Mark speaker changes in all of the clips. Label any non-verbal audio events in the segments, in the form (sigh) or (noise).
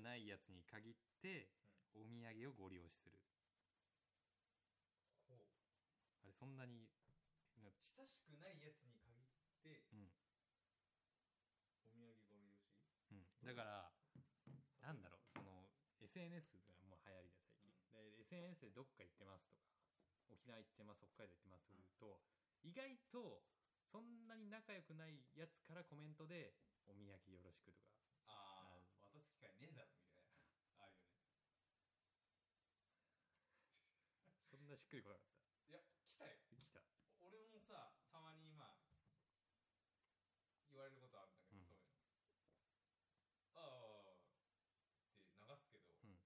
Speaker 1: ないやつに限ってお土産をご利用しする
Speaker 2: ほう
Speaker 1: あれそんなにな
Speaker 2: 親しくないやつに限って
Speaker 1: うん
Speaker 2: お土産ご利用し、
Speaker 1: うんだからなんだろうその SNS がもう流行りじゃん最近、で SNS でどっか行ってますとか沖縄行ってます北海道行ってますとか言うと、意外とそんなに仲良くないやつからコメントで「お土産よろしく」とか
Speaker 2: ああ渡す機会ねえだろみたいな (laughs) あるよね
Speaker 1: そんなしっくりこなかっ
Speaker 2: いや来たよ
Speaker 1: た来た
Speaker 2: 俺もさたまにまあ言われることあるんだけ
Speaker 1: う
Speaker 2: ど、
Speaker 1: ん
Speaker 2: そういうのああって流す
Speaker 1: う
Speaker 2: けど、
Speaker 1: ん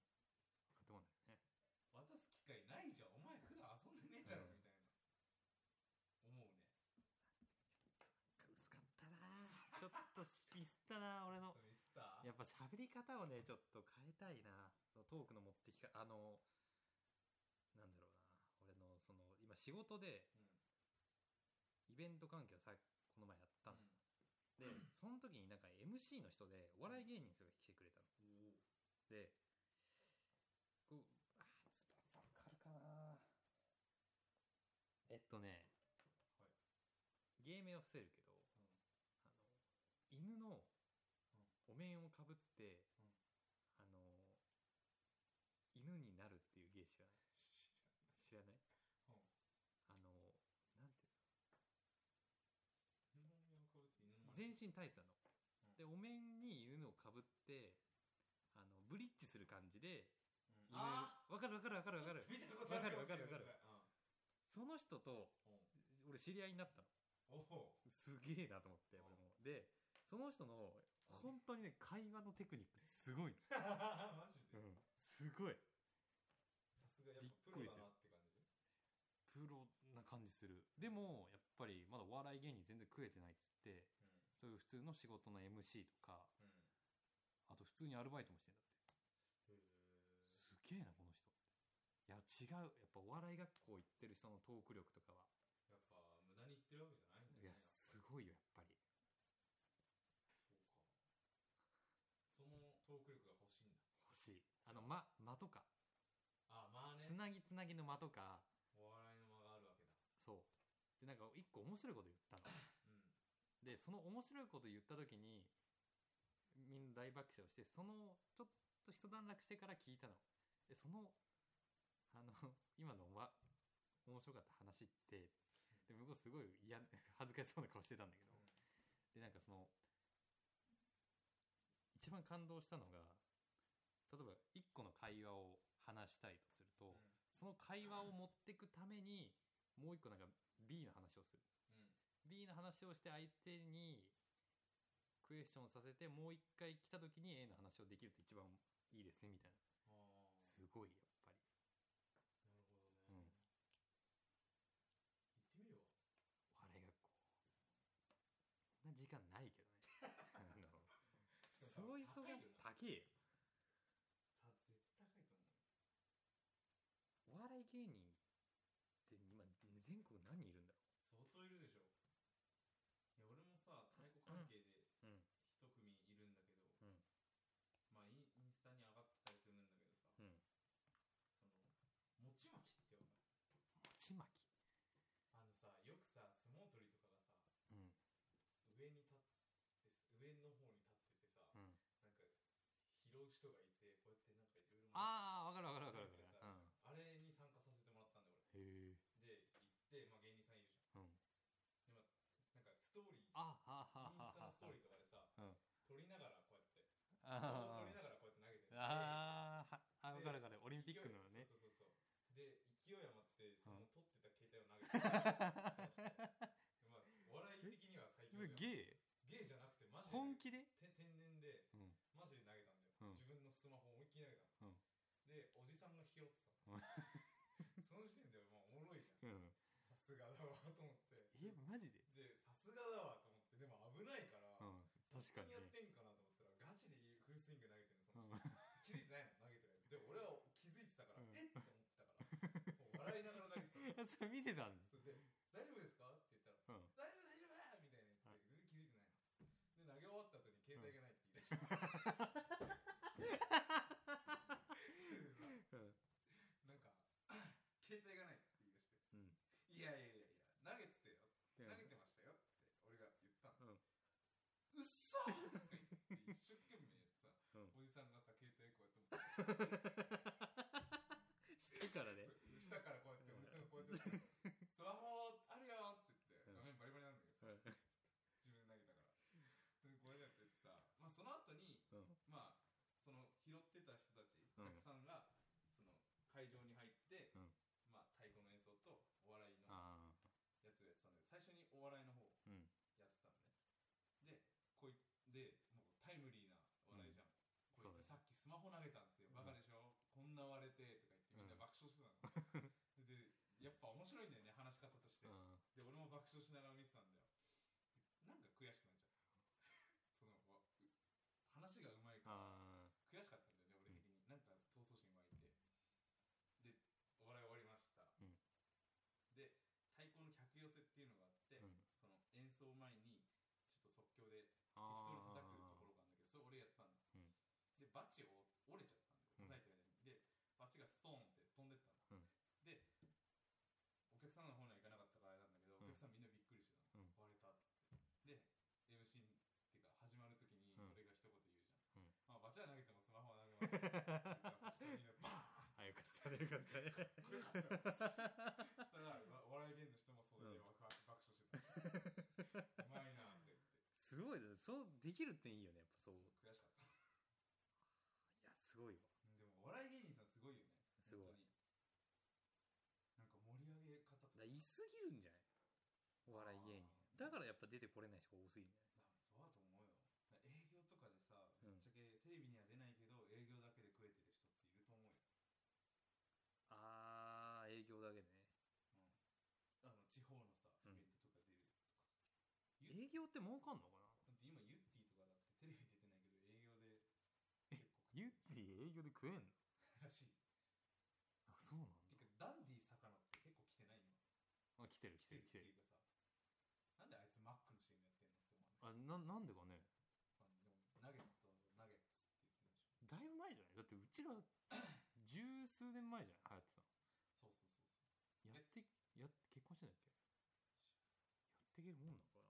Speaker 1: 買ってこないね
Speaker 2: 渡す機会ないじゃんお前普段遊んでねえだろ
Speaker 1: うん
Speaker 2: みたいな、思うね
Speaker 1: 薄かったな (laughs) ちょっとミスったな俺の
Speaker 2: ミスター
Speaker 1: やっぱ喋り方をねちょっと変えたいなそのトークの持ってきかあのなんだろうな俺のその今仕事で
Speaker 2: うん
Speaker 1: イベント関係をさこの前やったの、でその時になんか MC の人でお笑い芸人の人が来てくれたの
Speaker 2: うん、おお
Speaker 1: でこうあーつばつわかるかなえっとね
Speaker 2: はい、
Speaker 1: 芸名は伏せるけど
Speaker 2: う
Speaker 1: あの犬のお面をかぶって、
Speaker 2: う
Speaker 1: あ
Speaker 2: ん
Speaker 1: の犬になるっていう芸知らない知らない
Speaker 2: ん、
Speaker 1: あのなんていう
Speaker 2: 犬の耳をかぶって犬の
Speaker 1: の
Speaker 2: 前
Speaker 1: 全身タイツなの、
Speaker 2: うん
Speaker 1: でお面に犬をかぶってあのブリッジする感じで
Speaker 2: うん
Speaker 1: 犬
Speaker 2: あ
Speaker 1: わかるわかるわかるわか
Speaker 2: あ
Speaker 1: る
Speaker 2: 見たことあるかもし
Speaker 1: わか
Speaker 2: れない
Speaker 1: るわその人と
Speaker 2: うん
Speaker 1: 俺
Speaker 2: うん
Speaker 1: 知り合いになったの
Speaker 2: おお
Speaker 1: すげえなと思って
Speaker 2: うん
Speaker 1: 俺もでその人の本当にね会話のテクニックすごい (laughs) の、
Speaker 2: マジで
Speaker 1: うん、すごい
Speaker 2: さすがやっ
Speaker 1: びっく
Speaker 2: ぱプロ
Speaker 1: りし
Speaker 2: だ
Speaker 1: た
Speaker 2: なって感
Speaker 1: プ
Speaker 2: じ
Speaker 1: ロな感じするでもやっぱりまだお笑い芸人全然食えてないっつって
Speaker 2: う
Speaker 1: そういう普通の仕事の MC とか
Speaker 2: んうん
Speaker 1: あと普通にアルバイトもしてんだって
Speaker 2: へえ
Speaker 1: すげえなこの人いや違うやっぱお笑い学校行ってる人のトーク力とかは
Speaker 2: やっぱ無駄に言ってるわけじゃないんだ
Speaker 1: い
Speaker 2: よ
Speaker 1: や
Speaker 2: ね
Speaker 1: すごいよやっぱり
Speaker 2: そうかそのトーク力が欲しいんだ
Speaker 1: 欲しいあの間間とか
Speaker 2: あまあ
Speaker 1: つ
Speaker 2: ね
Speaker 1: なぎつなぎの間とか
Speaker 2: お笑いの間があるわけだ
Speaker 1: そうでなんか一個面白いこと言ったの
Speaker 2: うん
Speaker 1: でその面白いこと言った時にみんな大爆笑してそのちょっと一段落してから聞いたのでそのあの (laughs) 今のわ面白かった話ってで向こうすごい嫌恥ずかしそうな顔してたんだけどでなんかその一番感動したのが例えば一個の会話を話したいとすると、その会話を持ってくためにもう一個なんか B の話をする
Speaker 2: うんうん
Speaker 1: B の話をして相手にクエスチョンさせてもう一回来た時に A の話をできると一番いいですねみたいな
Speaker 2: ああ
Speaker 1: すごいやっぱり
Speaker 2: なるほどね、
Speaker 1: うんお笑い学校そ
Speaker 2: 行ってみるわ
Speaker 1: んな時間ないけどね
Speaker 2: (laughs)
Speaker 1: あのすごい忙
Speaker 2: 高い
Speaker 1: しい高い
Speaker 2: よな
Speaker 1: よ
Speaker 2: た絶対高いと思う
Speaker 1: お笑い芸人って今全国何人いるんだろ
Speaker 2: 相当いるでしょいや俺もさ太鼓関係で
Speaker 1: ううん
Speaker 2: 一組いるんだけど、
Speaker 1: うん
Speaker 2: まあインインスタに上がってたりするんだけど
Speaker 1: う
Speaker 2: さ、
Speaker 1: ん
Speaker 2: その餅巻きってわかる
Speaker 1: 餅巻き
Speaker 2: あのさよくさ相撲取りとかがさ
Speaker 1: うん
Speaker 2: 上に立って上の方に立っててさ、
Speaker 1: うん
Speaker 2: なんか拾う人がいてこうやってなんかいろいろ
Speaker 1: ああ分かる分かる分かる分か
Speaker 2: なんか
Speaker 1: る
Speaker 2: さあれに参加させてもらったんだよ
Speaker 1: うんへえ
Speaker 2: 俺で行って、まあ、芸人さんいるじ
Speaker 1: うん
Speaker 2: ゃんで、まあ、なんかストーリー
Speaker 1: あはあはあ
Speaker 2: イン
Speaker 1: は
Speaker 2: スタ
Speaker 1: あ
Speaker 2: の
Speaker 1: はあうん
Speaker 2: ストーリーとかでさ撮りながらこうや
Speaker 1: (laughs) あー
Speaker 2: って撮りながらこうやって投げて
Speaker 1: あーはあ、
Speaker 2: で
Speaker 1: 分かる分かる、オリンピックのね
Speaker 2: 勢い、そうそうそうそうで勢い余ってその
Speaker 1: うん
Speaker 2: 撮ってた携帯を投げ
Speaker 1: (laughs)
Speaker 2: てまあお笑い的には最強だ
Speaker 1: す
Speaker 2: よ
Speaker 1: げえ、
Speaker 2: ゲーじゃなくてマジで
Speaker 1: 本気で、
Speaker 2: て天然で
Speaker 1: うん、
Speaker 2: マジで投げたんだ
Speaker 1: うん
Speaker 2: よ、自分のスマホを思いっきり投げた
Speaker 1: うん、
Speaker 2: のでおじさんが拾ってた
Speaker 1: う
Speaker 2: の (laughs) その時点でもうおもろいじゃん
Speaker 1: うん、
Speaker 2: さすがだわと思って
Speaker 1: え、マジで、
Speaker 2: でさすがだわと思ってでも危ないから、
Speaker 1: うん、確かに
Speaker 2: やっ
Speaker 1: ね、
Speaker 2: てんかなと思ったらガチでフルスイング投げてるのその
Speaker 1: う
Speaker 2: 人、
Speaker 1: ん
Speaker 2: 気づいてないの投げてないで俺は気づいてたから、
Speaker 1: うん
Speaker 2: えっって思ってたからもう笑いながら投げてたの
Speaker 1: それ見てたんです、
Speaker 2: それで「大丈夫ですか?」って言ったら
Speaker 1: うん、うん
Speaker 2: 「大丈夫大丈夫!」みたいな言
Speaker 1: はい
Speaker 2: って全然気づいてないので投げ終わった後に携帯がないって言い出した、そーとか言って一生懸命やってさ、
Speaker 1: うん
Speaker 2: おじさんがさ携帯こうやって持って
Speaker 1: してからね
Speaker 2: そう下からこうやっておじさんがこうやってさスマホあるよって言って
Speaker 1: うん
Speaker 2: 画面バリバリなんだけど
Speaker 1: う
Speaker 2: さ、
Speaker 1: ん
Speaker 2: 自分で投げたからでこうやってやってさ、まあ、そ
Speaker 1: うん
Speaker 2: の後にまあその拾ってた人たち
Speaker 1: う
Speaker 2: た
Speaker 1: ん
Speaker 2: くさんがその会場に入って、
Speaker 1: うん
Speaker 2: まあ太鼓の演奏とお笑いのや
Speaker 1: あ
Speaker 2: つをやってたんで最初にお笑いの方
Speaker 1: あうん
Speaker 2: やってたのねでこいでもうタイムリーな話題じゃ
Speaker 1: う
Speaker 2: ん、
Speaker 1: ん
Speaker 2: こいつさっきスマホ投げたんですよ、
Speaker 1: そう
Speaker 2: バカ
Speaker 1: だ
Speaker 2: でしょこんな割れてとか言ってみんな
Speaker 1: うん
Speaker 2: 爆笑してたの、
Speaker 1: (laughs)
Speaker 2: でやっぱ面白いんだよね話し方として、
Speaker 1: うん
Speaker 2: で俺も爆笑しながら見てたんだよなんか悔しくなっちゃった (laughs) そのわう話がうまいから
Speaker 1: あ
Speaker 2: 悔しかったんだよね俺的に、なんか闘争心湧いてでお笑い終わりました、
Speaker 1: うん
Speaker 2: で太鼓の客寄せっていうのがあって、
Speaker 1: うん
Speaker 2: その演奏前にちょっと即興で
Speaker 1: あ
Speaker 2: 適当に
Speaker 1: あ
Speaker 2: 叩くと
Speaker 1: あ
Speaker 2: ころがあるんだけどそれ俺やったんだ、
Speaker 1: うん
Speaker 2: でバチを折れちゃったんだよ叩いた間に、でバチがストーンって飛んでった
Speaker 1: う
Speaker 2: の、
Speaker 1: ん
Speaker 2: でお客さんの方には行かなかったからあれ
Speaker 1: うん
Speaker 2: なんだけど、お客さんみんなびっくりしてた
Speaker 1: う
Speaker 2: の、
Speaker 1: ん
Speaker 2: 割れたっつってで MC っていうか始まる時に
Speaker 1: うん
Speaker 2: 俺が一言言うじゃん、
Speaker 1: うん
Speaker 2: まあ、バチは投げてもスマホは投げます。そしてみんなバーン
Speaker 1: (laughs) あよかったねよかったね
Speaker 2: これ
Speaker 1: (laughs)
Speaker 2: だったよしたら、わお笑い芸人の人もそうで、
Speaker 1: うん
Speaker 2: わくわく爆笑してた。うまいなって言って。
Speaker 1: すごいねそうできるっていいよねやっ (laughs) ぱそうい
Speaker 2: 悔しかった。
Speaker 1: やすごいわ
Speaker 2: でも、お笑い芸人さんすごいよね。
Speaker 1: すごい
Speaker 2: 本当に。なんか盛り上げ方と
Speaker 1: だ
Speaker 2: か。
Speaker 1: いすぎるんじゃないお笑い芸人だからやっぱ出てこれない人が多すぎるんじ
Speaker 2: そうだと思うよ。営業とかでさ、
Speaker 1: うん
Speaker 2: ぶっちゃけテレビには出ないけど、営業だけで食えてる人っていると思うよ。
Speaker 1: ゃないあー営業だけでね
Speaker 2: あの、地方のさ、イ
Speaker 1: うん
Speaker 2: ベントとか出るとかさ。
Speaker 1: 営業って儲かんのかな
Speaker 2: だって今ユッティとかだってテレビ出てないけど営業で結構食っ
Speaker 1: ユッティ営業で食えんの
Speaker 2: てるらしい。
Speaker 1: あそうなんだ
Speaker 2: てかダンディ魚って結構来てない今。
Speaker 1: あ来てる来てる来
Speaker 2: 来
Speaker 1: て
Speaker 2: てる
Speaker 1: る
Speaker 2: っていうかさ。なんであいつマックの CM やってんのって思うね。
Speaker 1: あななんでかね
Speaker 2: まあでもナゲット、ナゲッツって言ってるでし
Speaker 1: だ
Speaker 2: ょ。
Speaker 1: いぶ前じゃないだってうちら十数年前じゃない流行ってたの
Speaker 2: そうそうそうそう。
Speaker 1: やってやって結婚してないっけやってけるもんなのかな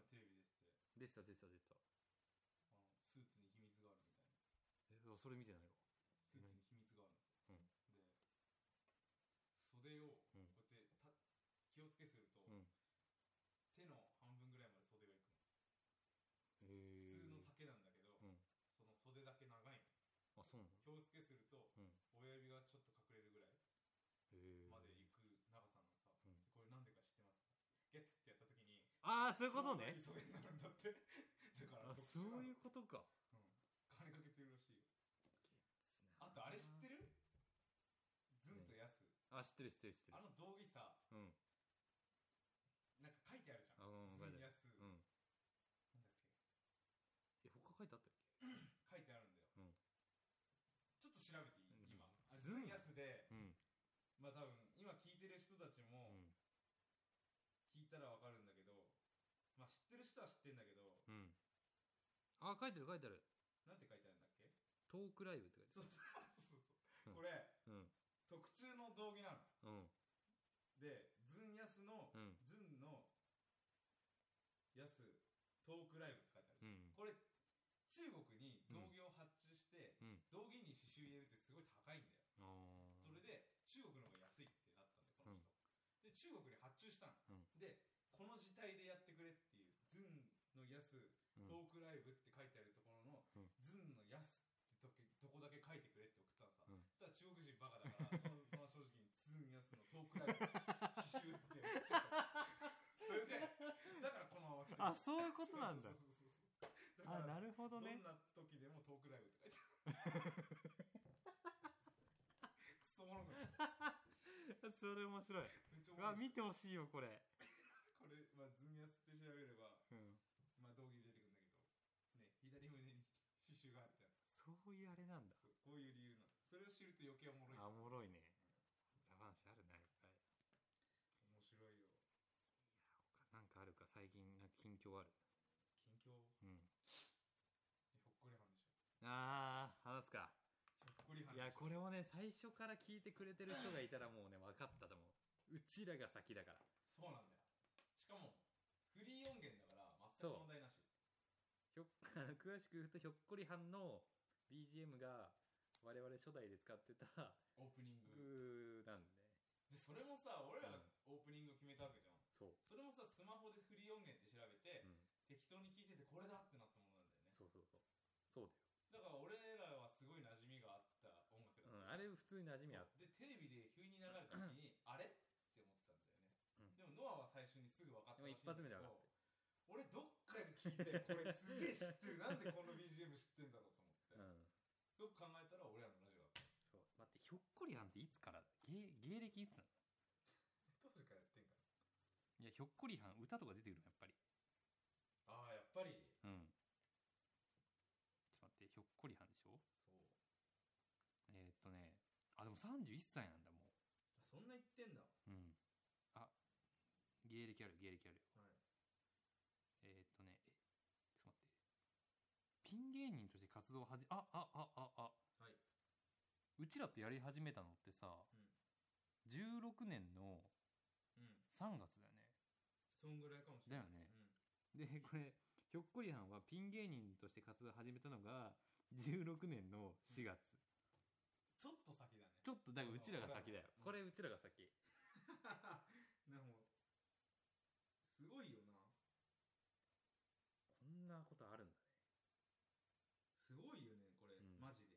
Speaker 2: この前
Speaker 1: でし
Speaker 2: テレビ出てて、
Speaker 1: たでしたでした
Speaker 2: あのスーツに秘密があるみたいな。
Speaker 1: えそれ見てないわ
Speaker 2: スーツに秘密があるんですよ。
Speaker 1: うん
Speaker 2: で、袖
Speaker 1: うん
Speaker 2: をこうやってた気をつけすると、
Speaker 1: うん
Speaker 2: 手の半分ぐらいまで袖がいくの。
Speaker 1: え
Speaker 2: 普通の
Speaker 1: ー、
Speaker 2: 丈なんだけど、
Speaker 1: うん
Speaker 2: その袖だけ長いの。
Speaker 1: あそうなの
Speaker 2: 気をつけすると、
Speaker 1: うん
Speaker 2: 親指がちょっと隠れるぐらい
Speaker 1: えー、
Speaker 2: まで行く長さのさ、
Speaker 1: うん
Speaker 2: これなんでか知ってますかゲッツってやった時に
Speaker 1: ああそういうことね
Speaker 2: それになるんだっ
Speaker 1: (laughs)
Speaker 2: てだから
Speaker 1: あそういう
Speaker 2: 特殊な
Speaker 1: こと
Speaker 2: の
Speaker 1: か
Speaker 2: 金かけてるらしいよあとあれ知ってるズンとヤス
Speaker 1: あ知ってる知ってる知ってる
Speaker 2: あの道着さ
Speaker 1: うん
Speaker 2: なんか書いてあるじゃ
Speaker 1: あ
Speaker 2: ん
Speaker 1: の書い
Speaker 2: ズン
Speaker 1: てある
Speaker 2: ヤ
Speaker 1: う
Speaker 2: ス、なんだっ
Speaker 1: んえ他書いてあったっ
Speaker 2: け書いてあるんだよ、
Speaker 1: うん
Speaker 2: ちょっと調べていい、
Speaker 1: うんズ
Speaker 2: 今あれズ
Speaker 1: ン
Speaker 2: ンヤスで
Speaker 1: けうん
Speaker 2: まあ多分今聞いてる人たちも、
Speaker 1: うん
Speaker 2: 聞いたらわかるんだけど、まあ、知ってる人は知ってんだけど、
Speaker 1: うんあ書いてる書いてある
Speaker 2: なんて書いてあるんだっけ
Speaker 1: トークライブって書いて
Speaker 2: そう
Speaker 1: ん
Speaker 2: そうそうそうう。これ、
Speaker 1: ある
Speaker 2: 特注の道着な
Speaker 1: うんう
Speaker 2: の。
Speaker 1: ん
Speaker 2: で、ズンヤスの、
Speaker 1: うん
Speaker 2: ズンの、ヤス、トークライブって書いてあ
Speaker 1: うん
Speaker 2: る。これ、中国に道着を発注して、
Speaker 1: うん
Speaker 2: 道着に刺繍入れるってすごい高いんだよ。
Speaker 1: あー
Speaker 2: それで、中国の方が安いってなったんだよ、この人。で、中国に発注したの。
Speaker 1: うん
Speaker 2: で、この時代でやってくれっていう、ズンのヤス、
Speaker 1: うん
Speaker 2: トークライブって書いてあるところの、
Speaker 1: うん
Speaker 2: ズンのやすってとけどこだけ書いてくれって送ったのさ、
Speaker 1: うん
Speaker 2: そしたら中国人バカだから、そのその正直にズンやすのトークライブ刺繍って送っちゃった。それで、だからこのまま来てる
Speaker 1: あそういうことなんだ
Speaker 2: そうそうそうそうだ
Speaker 1: あ
Speaker 2: から
Speaker 1: なるほどね
Speaker 2: どんな時でもトークライブって書いて
Speaker 1: (laughs)
Speaker 2: ある。クソおもろくない。
Speaker 1: それ面白い
Speaker 2: めっちゃお
Speaker 1: うわ
Speaker 2: もろ
Speaker 1: 見
Speaker 2: い
Speaker 1: てほしいよこれ
Speaker 2: これ、まあ、ズンやすって調べれば、
Speaker 1: うん
Speaker 2: まあ、道着出てくるんだけど、ね、左胸に刺繍があるじゃん。
Speaker 1: そういうあれなんだ
Speaker 2: そうこういう理由なの。それを知ると余計おもろい。
Speaker 1: あおもろいね裏話あるなやっぱり
Speaker 2: 面白いよ。
Speaker 1: なんかあるか最近なんか近況ある
Speaker 2: 近況
Speaker 1: うん
Speaker 2: ひょっこりはんでしょ。
Speaker 1: ああ話すか
Speaker 2: ひょっこりは
Speaker 1: い
Speaker 2: んでしょ。
Speaker 1: やこれをね最初から聞いてくれてる人がいたらもうね分かったと思ううちらが先だから
Speaker 2: そうなんだよ。しかも、フリー音源だから、全く問題なし。
Speaker 1: ひあの (laughs) 詳しく言うとひょっこりはんの BGM が我々初代で使ってた
Speaker 2: オープニング
Speaker 1: 曲なんで
Speaker 2: でそれもさ俺ら
Speaker 1: う
Speaker 2: が
Speaker 1: ん
Speaker 2: オープニングを決めたわけじゃん
Speaker 1: そう、
Speaker 2: それもさスマホでフリー音源って調べて、
Speaker 1: うん、
Speaker 2: 適当に聞いててこれだってなったものなんだよね
Speaker 1: そうそうそうそう
Speaker 2: だから俺らはすごい馴染みがあった音楽
Speaker 1: だよ、う
Speaker 2: だっ
Speaker 1: ん、
Speaker 2: た、
Speaker 1: あれ普通に馴染みあっ
Speaker 2: そうでテレビで急に流れた時にあれって思ったんだよね、
Speaker 1: うん
Speaker 2: でもノアは最初にすぐ分かったらしいん
Speaker 1: でも一発目
Speaker 2: だけど
Speaker 1: で分かっ
Speaker 2: 俺どっかで聞いてこれすげえ知って
Speaker 1: (laughs)
Speaker 2: るなんでこの BGM 知ってんだろうと思って
Speaker 1: た、う、ん、
Speaker 2: よく考えたら俺らのラジオ
Speaker 1: そう
Speaker 2: だった
Speaker 1: 待ってひょっこりはんっていつから芸芸歴いつなの
Speaker 2: 当時からやってんから
Speaker 1: いやひょっこりはん歌とか出てくるのやっぱり
Speaker 2: ああやっぱり
Speaker 1: うんちょっと待ってひょっこりはんでしょ
Speaker 2: そう
Speaker 1: えーっとねあでも31歳なんだも
Speaker 2: あそんな言ってんだ
Speaker 1: ううんあ芸歴ある芸歴ある
Speaker 2: はい
Speaker 1: えーっとね、えちょっと待って。ピン芸人として活動をはじ、あ、あ、あ、あ、あ。
Speaker 2: はいう
Speaker 1: ちらとやり始めたのってさ、16年の
Speaker 2: うん
Speaker 1: 3月だよね。
Speaker 2: そんぐらいかもしれない
Speaker 1: だよねで、これ、ひょっこりはんはピン芸人として活動を始めたのが、16年の4月。
Speaker 2: ちょっと先だね
Speaker 1: ちょっと、だからうちらが先だよ。
Speaker 2: うん
Speaker 1: これうちらが先。
Speaker 2: でもすごいよな
Speaker 1: こんなことあるんだね。
Speaker 2: すごいよねこれ、
Speaker 1: うん
Speaker 2: マジで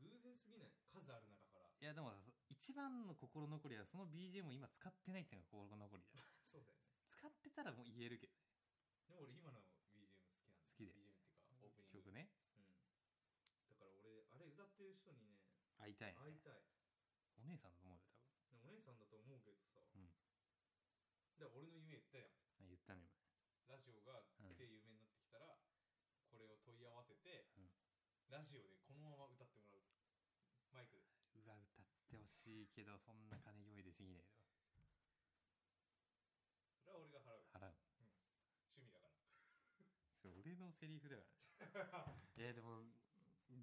Speaker 2: 偶然すぎない数ある中から
Speaker 1: いや、でもさ、一番の心残りは、その BGM を今使ってないっていうのが心残りだよ。
Speaker 2: そうだよね
Speaker 1: 使ってたらもう言えるけど、
Speaker 2: でも俺今の BGM 好きなんだ
Speaker 1: 好きで
Speaker 2: BGM っていうかオープニング
Speaker 1: 曲ね。
Speaker 2: うん、だから俺あれ歌ってる人にね
Speaker 1: 会いたい、ね。
Speaker 2: 会いたい
Speaker 1: お姉さんだと思うよ、多分。
Speaker 2: でもお姉さんだと思うけどさ、
Speaker 1: ん
Speaker 2: だから俺の夢言ったやん
Speaker 1: あ言ったね
Speaker 2: ラジオがすげえ有名になってきたら、これを問い合わせて、
Speaker 1: うん
Speaker 2: ラジオでこのまま歌ってもらうマイクで
Speaker 1: 今うわ歌ってほしいけどそんな金用意できねえよ
Speaker 2: それは俺が払う
Speaker 1: 払う
Speaker 2: 趣味だから
Speaker 1: それ俺のセリフだからね
Speaker 2: わ
Speaker 1: (laughs) いやでも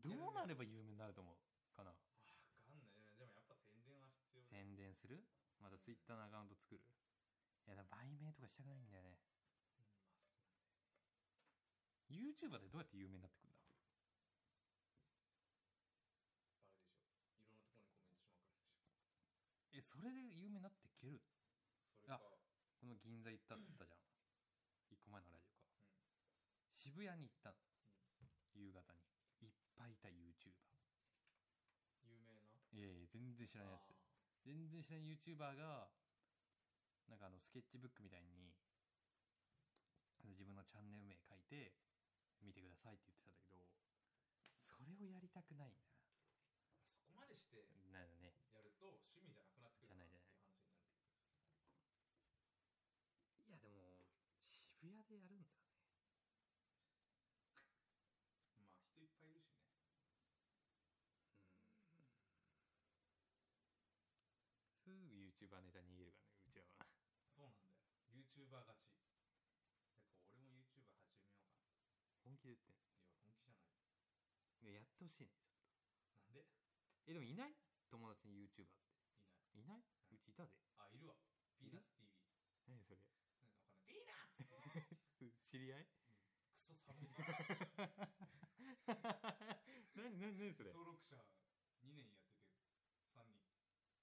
Speaker 1: どうなれば有名になると思うかな
Speaker 2: かんないねでもやっぱ宣伝は必要だ
Speaker 1: 宣伝するまたツイッターのアカウント作るいやだから売名とかしたくないんだよね
Speaker 2: うんまあそうだね
Speaker 1: YouTuber ってどうやって有名になってくんだ
Speaker 2: あれでしょいろんなところにコメントしまくるんでしょ
Speaker 1: えそれで有名になっていける
Speaker 2: それか
Speaker 1: あこの銀座行ったっつったじゃん1個前のラジオか、
Speaker 2: うん
Speaker 1: 渋谷に行ったの、夕方にいっぱいいた YouTuber
Speaker 2: 有名ない
Speaker 1: やいや全然知らないやつ全然知らない YouTuber がなんかあのスケッチブックみたいに自分のチャンネル名書いて見てくださいって言ってたんだけどそれをやりたくない
Speaker 2: そこまでしてや
Speaker 1: ななんだね
Speaker 2: ると趣味じゃなくなってくる
Speaker 1: じゃないじゃない
Speaker 2: っていう話になる
Speaker 1: いやでも渋谷でやるんだね
Speaker 2: まあ人いっぱいいるしね
Speaker 1: すぐ YouTuber ネタ逃げるからねうちらは
Speaker 2: そうなんだよ YouTuber 勝ちやっぱ俺も YouTuber 始めようかな
Speaker 1: 本気で言ってん
Speaker 2: いや本気じゃない
Speaker 1: のねやってほしいね
Speaker 2: なんでいない
Speaker 1: えでもいない友達に YouTuber っていない
Speaker 2: ん
Speaker 1: うちいたで
Speaker 2: あいるわピーナッツ TV
Speaker 1: 何それ
Speaker 2: なんかわかんないピーナッツ
Speaker 1: 知り合い
Speaker 2: (laughs)
Speaker 1: (laughs)
Speaker 2: クソ寒い
Speaker 1: 何何何それ
Speaker 2: 登録者2年やってて3人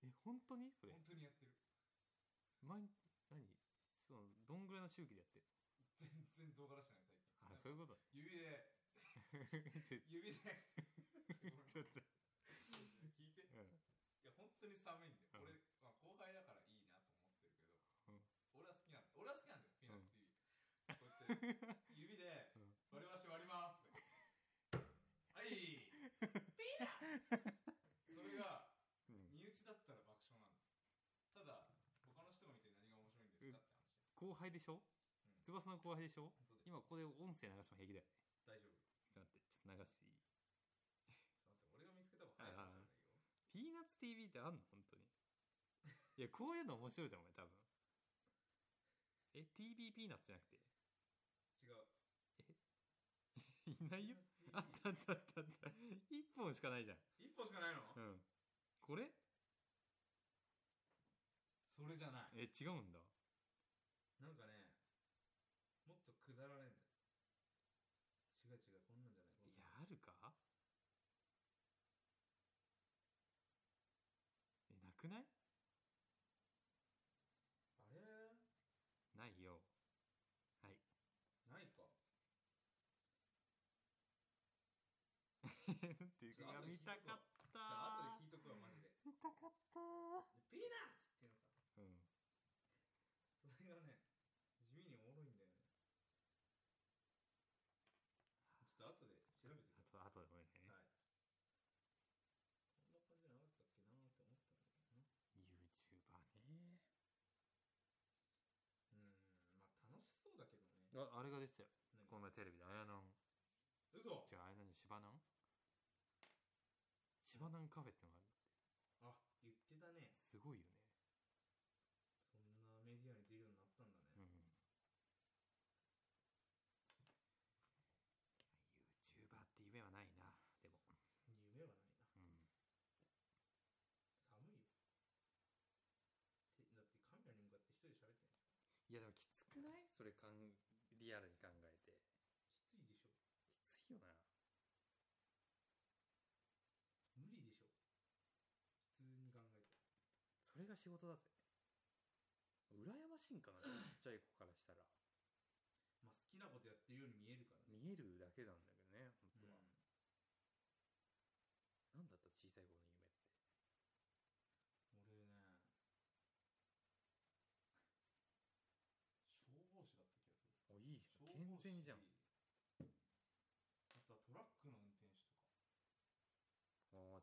Speaker 1: え本当にそれ
Speaker 2: 本当にやってる
Speaker 1: 毎日何そのどんぐらいの周期でやってる
Speaker 2: 全然動画出してない最近
Speaker 1: あそういうこと
Speaker 2: 指で
Speaker 1: ちょ
Speaker 2: 指で
Speaker 1: (laughs) ちょっと、
Speaker 2: 聞いて
Speaker 1: うん、
Speaker 2: いや本当に寒いんだ
Speaker 1: うん
Speaker 2: よ、俺、まあ、後輩だからいいなと思ってる
Speaker 1: う
Speaker 2: けど、
Speaker 1: ん
Speaker 2: 俺は好きなんだ俺は好きなんだよピーナッツ TV、こうやって指で
Speaker 1: うん (laughs)
Speaker 2: 「割り箸割ります」とか言って「はいピーナッツ!」それが
Speaker 1: うん、
Speaker 2: 身内だったら爆笑なんだただ他の人が見て何が面白いんですかって話、
Speaker 1: 後輩でしょ
Speaker 2: うん
Speaker 1: 翼の後輩でしょ
Speaker 2: そうだよ
Speaker 1: 今ここで音声流しても平気だよね
Speaker 2: 大丈夫
Speaker 1: ちょっと待ってちょっと流していい
Speaker 2: ちょっと待って俺が見つけた方が早いかもしれないよ
Speaker 1: ピーナッツ TV ってあんの本当にいやこういうの面白いと思うよ多分え TV ピーナッツじゃなくて
Speaker 2: 違う
Speaker 1: いないよあったあったあったあった1本しかないじゃん
Speaker 2: 一本しかないの、
Speaker 1: うんこれ
Speaker 2: それじゃない
Speaker 1: え違うんだ
Speaker 2: なんかねもっとくだらねえんだよ
Speaker 1: るかえなくない
Speaker 2: あれ
Speaker 1: ないよ (laughs) はい
Speaker 2: ないか。
Speaker 1: っていう
Speaker 2: じゃ
Speaker 1: か
Speaker 2: あ後で
Speaker 1: 見
Speaker 2: 聞い
Speaker 1: たかっ
Speaker 2: とこう
Speaker 1: た
Speaker 2: じゃあ、後で聞いとくわ、マジで。
Speaker 1: 見たかった
Speaker 2: でピーナッツっていうのさ、
Speaker 1: うん
Speaker 2: それがね、地味におもろいんだよね。ちょっと後で調べてくださ
Speaker 1: あ
Speaker 2: い。
Speaker 1: とあとでもいいね、
Speaker 2: はい。こんな感じのあったっけなーって思ったんだけど
Speaker 1: YouTuber ね
Speaker 2: な。うーん、まあ楽しそうだけどね。
Speaker 1: ああれが出てたよ
Speaker 2: 何
Speaker 1: この前テレビで綾南
Speaker 2: 嘘
Speaker 1: 違う綾南芝南芝南カフェってのがある
Speaker 2: あ、言ってたね。
Speaker 1: すごいよね
Speaker 2: そんなメディアに出るようになったんだね。
Speaker 1: うん YouTuber って夢はないなでもう
Speaker 2: 夢はないな。
Speaker 1: ん
Speaker 2: 寒いよ。てだってカメラに向かって一人で喋ってんの
Speaker 1: いやでもきつくないそれかんリアルに考えて
Speaker 2: き
Speaker 1: きつい
Speaker 2: ついでしょ。
Speaker 1: よな
Speaker 2: 無理でしょ普通に考えて
Speaker 1: それが仕事だぜ羨ましいんかなちっちゃい子からしたら (laughs)
Speaker 2: まあ好きなことやってるように見えるからね、
Speaker 1: 見えるだけなんだけどね本当は、な
Speaker 2: うん
Speaker 1: んだった小さい頃の夢って
Speaker 2: 俺ね消防士だった
Speaker 1: お
Speaker 2: 気がする
Speaker 1: いいじゃん
Speaker 2: 消
Speaker 1: 健
Speaker 2: 防士
Speaker 1: 全じゃん
Speaker 2: あとはトラックの運転手とか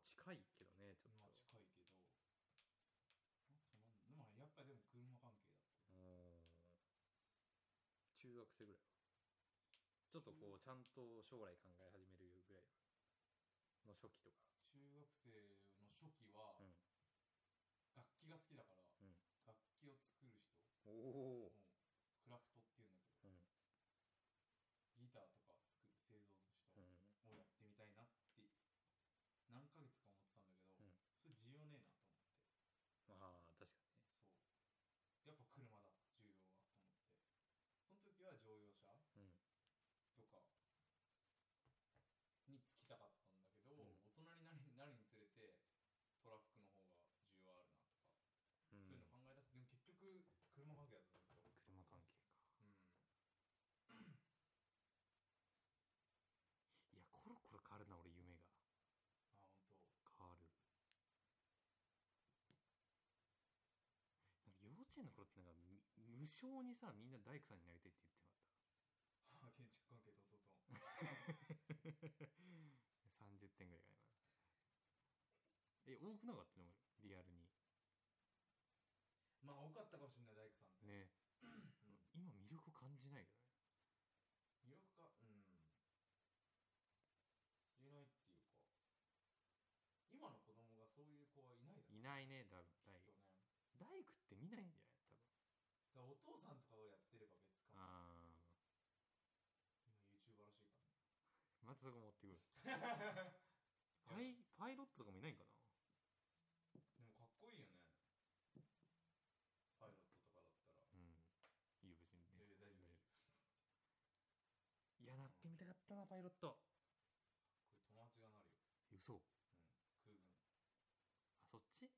Speaker 1: あー近いけどねちょっ
Speaker 2: まあ
Speaker 1: と
Speaker 2: 近いけどあとなんだまあやっぱでも車関係だっ
Speaker 1: う
Speaker 2: た
Speaker 1: ーん中学生ぐらいちょっとこうちゃんと将来考え始めるぐらいの初期とか
Speaker 2: 中学生の初期は
Speaker 1: うん
Speaker 2: 楽器が好きだから、
Speaker 1: ん
Speaker 2: 楽器を作る人
Speaker 1: おお
Speaker 2: もうクラフトっていうんだけど、
Speaker 1: うん
Speaker 2: ギターとか作る製
Speaker 1: う
Speaker 2: 造の人
Speaker 1: ん
Speaker 2: をやってみたいなって何ヶ月か思ってたんだけ
Speaker 1: うん
Speaker 2: ど、それ需要ねえなと思って
Speaker 1: まあ確か
Speaker 2: そうやっぱ車だ重要はと思ってその時は乗用車
Speaker 1: にうん
Speaker 2: とかにつきたかったんだけど、
Speaker 1: うん
Speaker 2: 大人になるなるにつれてトラックの方が需要あるなとか、
Speaker 1: うん
Speaker 2: そういうの考え出すでも結局車関係だったずっと
Speaker 1: 車関係かいやコロコロ変わるな俺夢が
Speaker 2: あ
Speaker 1: 変
Speaker 2: 本当
Speaker 1: わるなんか幼稚園の頃ってなんかみ無償にさみんな大工さんになりたいって言ってなかっ
Speaker 2: あ建築関係とと (laughs) とん
Speaker 1: た (laughs) 30点ぐらいかなえ多くなかったのリアルに
Speaker 2: まあ多かったかもしれない大工さんって、
Speaker 1: ね
Speaker 2: うん
Speaker 1: 今魅力を感じないよね
Speaker 2: 魅力かうんいないっていうか今の子供がそういう子はいないだろう
Speaker 1: いないね多分大
Speaker 2: きっ
Speaker 1: 工大工って
Speaker 2: とね
Speaker 1: 見ないんじゃない多分
Speaker 2: だからお父さんとかがやってれば別かもしれない
Speaker 1: あ
Speaker 2: 今 YouTuber らしいからね
Speaker 1: ーまたそこ持ってくる
Speaker 2: (laughs) い
Speaker 1: パイパイロットとかもいないんかな
Speaker 2: でもかっこいいよねパイロットとかだったら
Speaker 1: うんいいよ別に
Speaker 2: いやいや大丈夫大丈
Speaker 1: いやなってみたかったなパイロット
Speaker 2: これ友達がなるよ
Speaker 1: 嘘あ
Speaker 2: 空軍
Speaker 1: そっち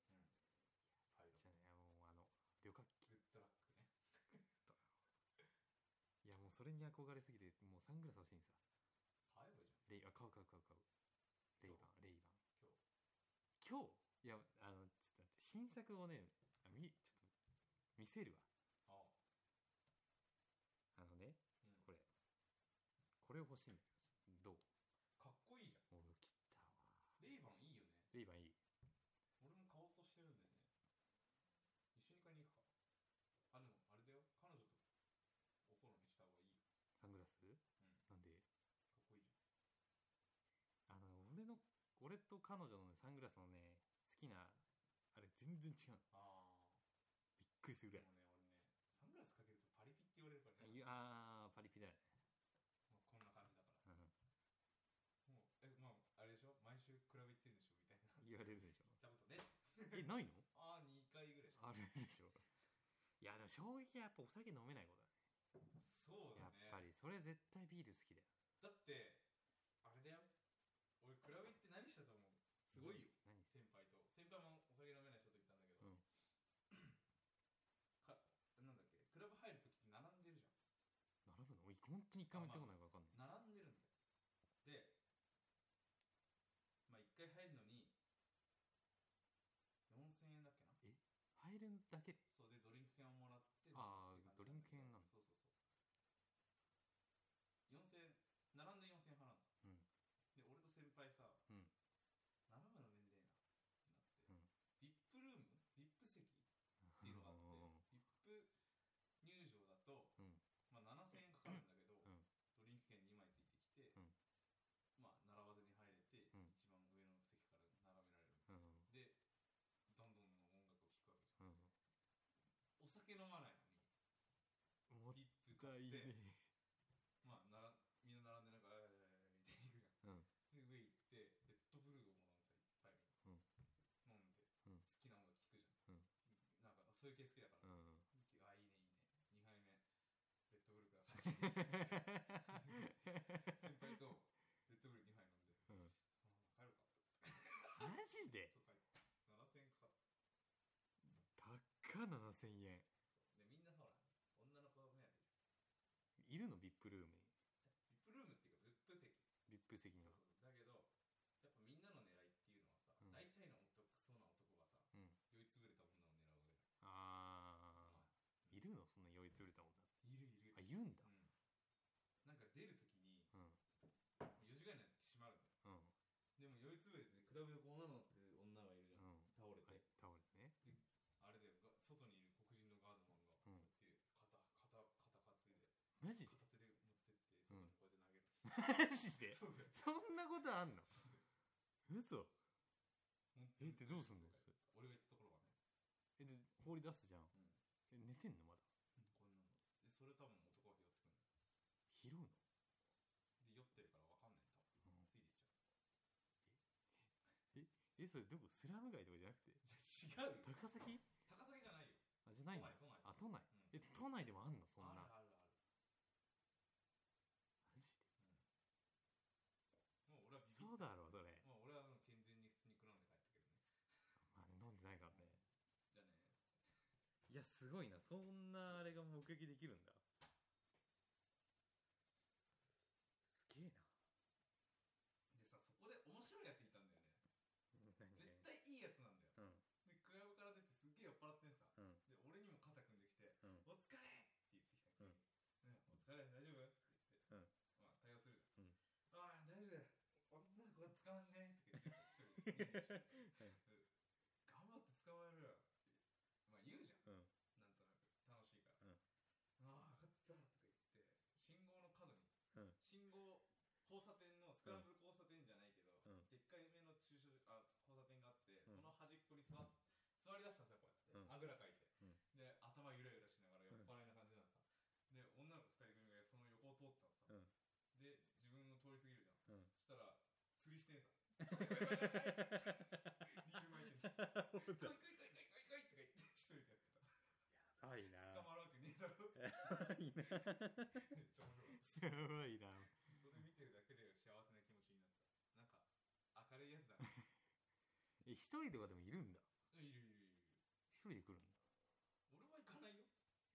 Speaker 2: パイロッ
Speaker 1: じゃあねもうあの旅客
Speaker 2: トグッドラックね
Speaker 1: いやもうそれに憧れすぎてもうサングラス欲しいんさ
Speaker 2: 買えばいいじゃん
Speaker 1: レイあ買う買う買う買うレイバンレイバン
Speaker 2: 今日
Speaker 1: 今日いやあのちょっと待って新作をねあみちょっと見せるわ
Speaker 2: ああ
Speaker 1: あのね
Speaker 2: うん
Speaker 1: これこれ欲しいんだけどどう
Speaker 2: かっこいいじゃん
Speaker 1: もう切ったわ
Speaker 2: レイバンいいよね
Speaker 1: レイバンいい
Speaker 2: 俺も買おうとしてるんだよね一緒に買いに行くかあでもあれだよ彼女とおそろにした方がいいよ
Speaker 1: サングラス
Speaker 2: うん
Speaker 1: なんで
Speaker 2: かっこいいじゃん
Speaker 1: あの俺の俺と彼女のねサングラスのね好きなあれ全然違うの
Speaker 2: ああ
Speaker 1: びっくりするぐ
Speaker 2: で
Speaker 1: らい
Speaker 2: もね俺ねサングラスかけるとパ
Speaker 1: あ
Speaker 2: リピって言われるからね
Speaker 1: いやあーパリピだよね、
Speaker 2: もうこんな感じだか
Speaker 1: う
Speaker 2: ら
Speaker 1: ん、
Speaker 2: もうえまああれでしょ毎週比べてんでしょみた
Speaker 1: (laughs)
Speaker 2: い
Speaker 1: 言
Speaker 2: な言っ
Speaker 1: われるでしょ
Speaker 2: たことね
Speaker 1: えないの
Speaker 2: ああ2回ぐらいしか
Speaker 1: あるでしょいやでも衝撃はやっぱお酒飲めないこと
Speaker 2: そう
Speaker 1: だねや
Speaker 2: だね
Speaker 1: っぱりそれ絶対ビール好きだよ
Speaker 2: だってあれだよ俺クラブ行って何したと思うすごいよ
Speaker 1: 何
Speaker 2: 先輩と先輩もお酒飲めない人と行ったんだけど、
Speaker 1: うん
Speaker 2: かなんだっけクラブ入る時って並んでるじゃん
Speaker 1: 並ぶの俺本当に一回も行ったことないから分かんない
Speaker 2: 並んでるんだよでまあ1回入るのに4000円だっけな
Speaker 1: 入るだけ
Speaker 2: そうでドリンク券をもらって
Speaker 1: あー
Speaker 2: って
Speaker 1: ド
Speaker 2: 感じ
Speaker 1: リンク券なの
Speaker 2: そうそうそう4000円並んで4000円払うんです、
Speaker 1: うん
Speaker 2: で俺と先輩さ、
Speaker 1: うん
Speaker 2: 並ぶのめんどいなってなって、ビップルームビップ席っていうのがあって、VIP 入場だと、
Speaker 1: うん
Speaker 2: まあ、7000円かかるんだけど、
Speaker 1: うん
Speaker 2: ドリンク券2枚ついてきて、
Speaker 1: うん
Speaker 2: まあ、並ばずに入れて、
Speaker 1: うん
Speaker 2: 一番上の席から並べられる
Speaker 1: うん
Speaker 2: でどんどんの音楽を聴くわけじゃん
Speaker 1: うん
Speaker 2: お酒飲まないのに
Speaker 1: もっ
Speaker 2: VIP
Speaker 1: た
Speaker 2: 買
Speaker 1: いね
Speaker 2: って、まあ、ならみんな並んでなんか「えー」みたいに行くじゃん
Speaker 1: うん
Speaker 2: で上行ってレッドブルーをもうなんかいっぱい飲んで、
Speaker 1: うん
Speaker 2: 好きな音楽聴くじゃん、
Speaker 1: うん
Speaker 2: なんかそういう系好きだから、
Speaker 1: うん
Speaker 2: (laughs)
Speaker 1: (laughs)
Speaker 2: あ、いいね、いいね。2杯目、レッドブルください。先輩と、レッドブル2杯飲んで、
Speaker 1: うん
Speaker 2: あ帰るか。
Speaker 1: マジで
Speaker 2: そう帰る。7000円かかった。
Speaker 1: 高っ7000円
Speaker 2: で、みんなほら、女の子目当てじ
Speaker 1: いる
Speaker 2: ゃん。
Speaker 1: の VIP ルームに
Speaker 2: ビップルームっていうか、ビップ
Speaker 1: VIP
Speaker 2: 席。
Speaker 1: 席に
Speaker 2: そう
Speaker 1: は
Speaker 2: そう。だけど、やっぱみんなの狙いっていうのは
Speaker 1: う
Speaker 2: さ、
Speaker 1: ん
Speaker 2: 大体の男そうな男がさ、
Speaker 1: うん
Speaker 2: 酔いつぶれた女を狙うわけだ
Speaker 1: あーいるのそんな酔いつぶれたもんだあい
Speaker 2: いるいる。
Speaker 1: るんだ
Speaker 2: うん。なんか出るときに、
Speaker 1: うん
Speaker 2: 4時ぐらいになって閉まるんだよ。
Speaker 1: うん
Speaker 2: でも酔いつぶれて、クラブでこう女のっていう女がいるじゃん。
Speaker 1: うん
Speaker 2: 倒れ
Speaker 1: は
Speaker 2: て
Speaker 1: い。倒れてね
Speaker 2: あれだよ、が外にいる黒人のガードマンが、
Speaker 1: うん
Speaker 2: こうやって
Speaker 1: マ
Speaker 2: 肩、肩、肩担いで、
Speaker 1: ジで (laughs)
Speaker 2: 片手で持ってって、外にこうやって投げる。
Speaker 1: マジ (laughs) で
Speaker 2: そうだよ。
Speaker 1: そんなことあんの嘘
Speaker 2: 本当
Speaker 1: え
Speaker 2: に
Speaker 1: ってどうすんの
Speaker 2: そう
Speaker 1: それ
Speaker 2: 俺が言ったところはね、
Speaker 1: えで放り出すじゃん
Speaker 2: うん
Speaker 1: え寝てんのまだ
Speaker 2: こんなの。で、それ多分男が拾ってくるんだ
Speaker 1: 拾
Speaker 2: よ。
Speaker 1: うの
Speaker 2: で、酔ってるからわかんない、多分。
Speaker 1: うん
Speaker 2: ついていっちゃう。
Speaker 1: えそれどこスラム街とかじゃなくて
Speaker 2: いや、違うよ。
Speaker 1: 高崎
Speaker 2: 高崎じゃないよ。
Speaker 1: あじゃないの
Speaker 2: 都内、都内。
Speaker 1: あ都内
Speaker 2: うん
Speaker 1: え都内でもあんのそんな
Speaker 2: ある
Speaker 1: マ
Speaker 2: あるある。
Speaker 1: ジでそ
Speaker 2: もう俺はビビ
Speaker 1: うだろそれ
Speaker 2: まあ俺はもう健全に普通に食らうんで帰ったけどね。
Speaker 1: まあね飲んでないからね
Speaker 2: じゃあね、
Speaker 1: いやすごいなそんなあれが目撃できるんだすげえな
Speaker 2: でさ、そこで面白いやついたんだよね。絶対いいやつなんだよ。
Speaker 1: うん
Speaker 2: で、クラブから出てすげえ酔っ払ってんさ。
Speaker 1: うん
Speaker 2: で、俺にも肩組んできて、
Speaker 1: うん
Speaker 2: お疲れって言ってきた
Speaker 1: うん
Speaker 2: のねお疲れ、大丈夫って言
Speaker 1: うん
Speaker 2: って、まあ、対応するじゃ
Speaker 1: う
Speaker 2: ん。
Speaker 1: ん
Speaker 2: ああ、大丈夫だよ。女の子は捕まんねえって
Speaker 1: (laughs)
Speaker 2: 言って、一人で頑張って捕まえるよって。まあ、言うじゃ
Speaker 1: う
Speaker 2: ん。
Speaker 1: ん
Speaker 2: なんとなく、楽しいから。
Speaker 1: うん
Speaker 2: ああ、分かったとか言
Speaker 1: う
Speaker 2: って、信号の角に、
Speaker 1: ん
Speaker 2: 信号、交差点の、スクランブル交差点じゃないけ
Speaker 1: う
Speaker 2: ど、
Speaker 1: ん
Speaker 2: でっかい目の駐車あ交差点があって、
Speaker 1: ん
Speaker 2: その端っこに座っ座り出したんですよ、
Speaker 1: う
Speaker 2: こうやって。
Speaker 1: ん
Speaker 2: あぐらかいて。
Speaker 1: うん
Speaker 2: で、頭ゆらゆらしながら酔っ払いな感じなのさ。で、女の子二人組がその横を通った
Speaker 1: うん
Speaker 2: のさ。で、自分の通り過ぎるじゃん。
Speaker 1: うん
Speaker 2: そしたら、釣りしてんさ。
Speaker 1: (laughs)
Speaker 2: 逃げ巻いてる。来い来い来い来い来い来いとか言って、一人でやってた。
Speaker 1: やばいな
Speaker 2: 捕まるわけねえだろ。めっ
Speaker 1: やば (laughs) いなすご
Speaker 2: ちゃ面白い。
Speaker 1: いな
Speaker 2: それ見てるだけで幸せな気持ちになった。なんか、明るいやつだな。
Speaker 1: え一人とかでもいるんだ
Speaker 2: いるいるいるいる。
Speaker 1: 一人で来るんだ
Speaker 2: 俺は行かないよ。
Speaker 1: い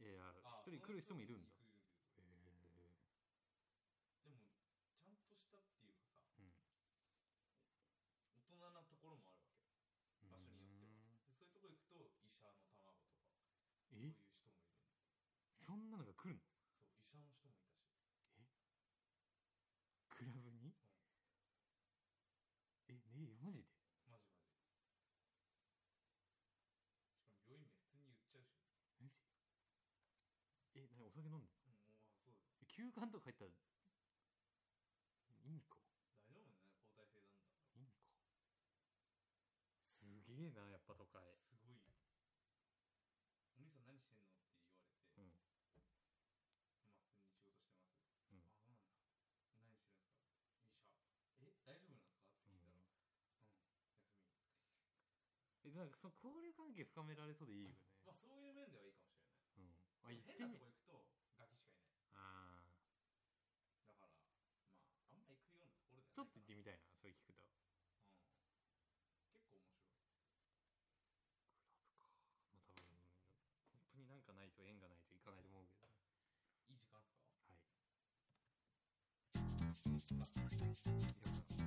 Speaker 1: や
Speaker 2: あ
Speaker 1: 一人来る人もいるんだ
Speaker 2: その人も行く
Speaker 1: へえ
Speaker 2: でも、ちゃんとしたっていうかさ、
Speaker 1: うん
Speaker 2: 大人なところもあるわけ。場所によってはでそういうとこ行くと、医者の卵とか、そうい
Speaker 1: え
Speaker 2: う人もいるんだ。
Speaker 1: そんなのが来るの
Speaker 2: そう、医者の人もいたし。
Speaker 1: クラブにえねえマジで
Speaker 2: マジマジ。しかも病院名普通に言っちゃうし。
Speaker 1: マジえなにお酒飲んで
Speaker 2: うん、もう、あそうだよ。
Speaker 1: え休館とか入ったらインコ
Speaker 2: 大丈夫だね、交代制な
Speaker 1: イン
Speaker 2: んだ。
Speaker 1: コすげえなやっぱ都会
Speaker 2: すごいよ。お兄さん何してんのって言われ
Speaker 1: うん
Speaker 2: て、まあ普通に仕事してます。
Speaker 1: うん
Speaker 2: あ、そうなんだ。何してるんですか医者。え、大丈夫なんですかって聞いたら、うん、休み。
Speaker 1: えなんかその交流関係深められそうでいいよね
Speaker 2: まあそういう面ではいいかもしれない。
Speaker 1: うんあ行っ
Speaker 2: 変
Speaker 1: て
Speaker 2: な
Speaker 1: み
Speaker 2: とこ行くと、ガキしかいない。
Speaker 1: ああ
Speaker 2: だから、まあ、あんま行くようなところではないか
Speaker 1: ち
Speaker 2: な
Speaker 1: ょっと行ってみたいなそれ聞くと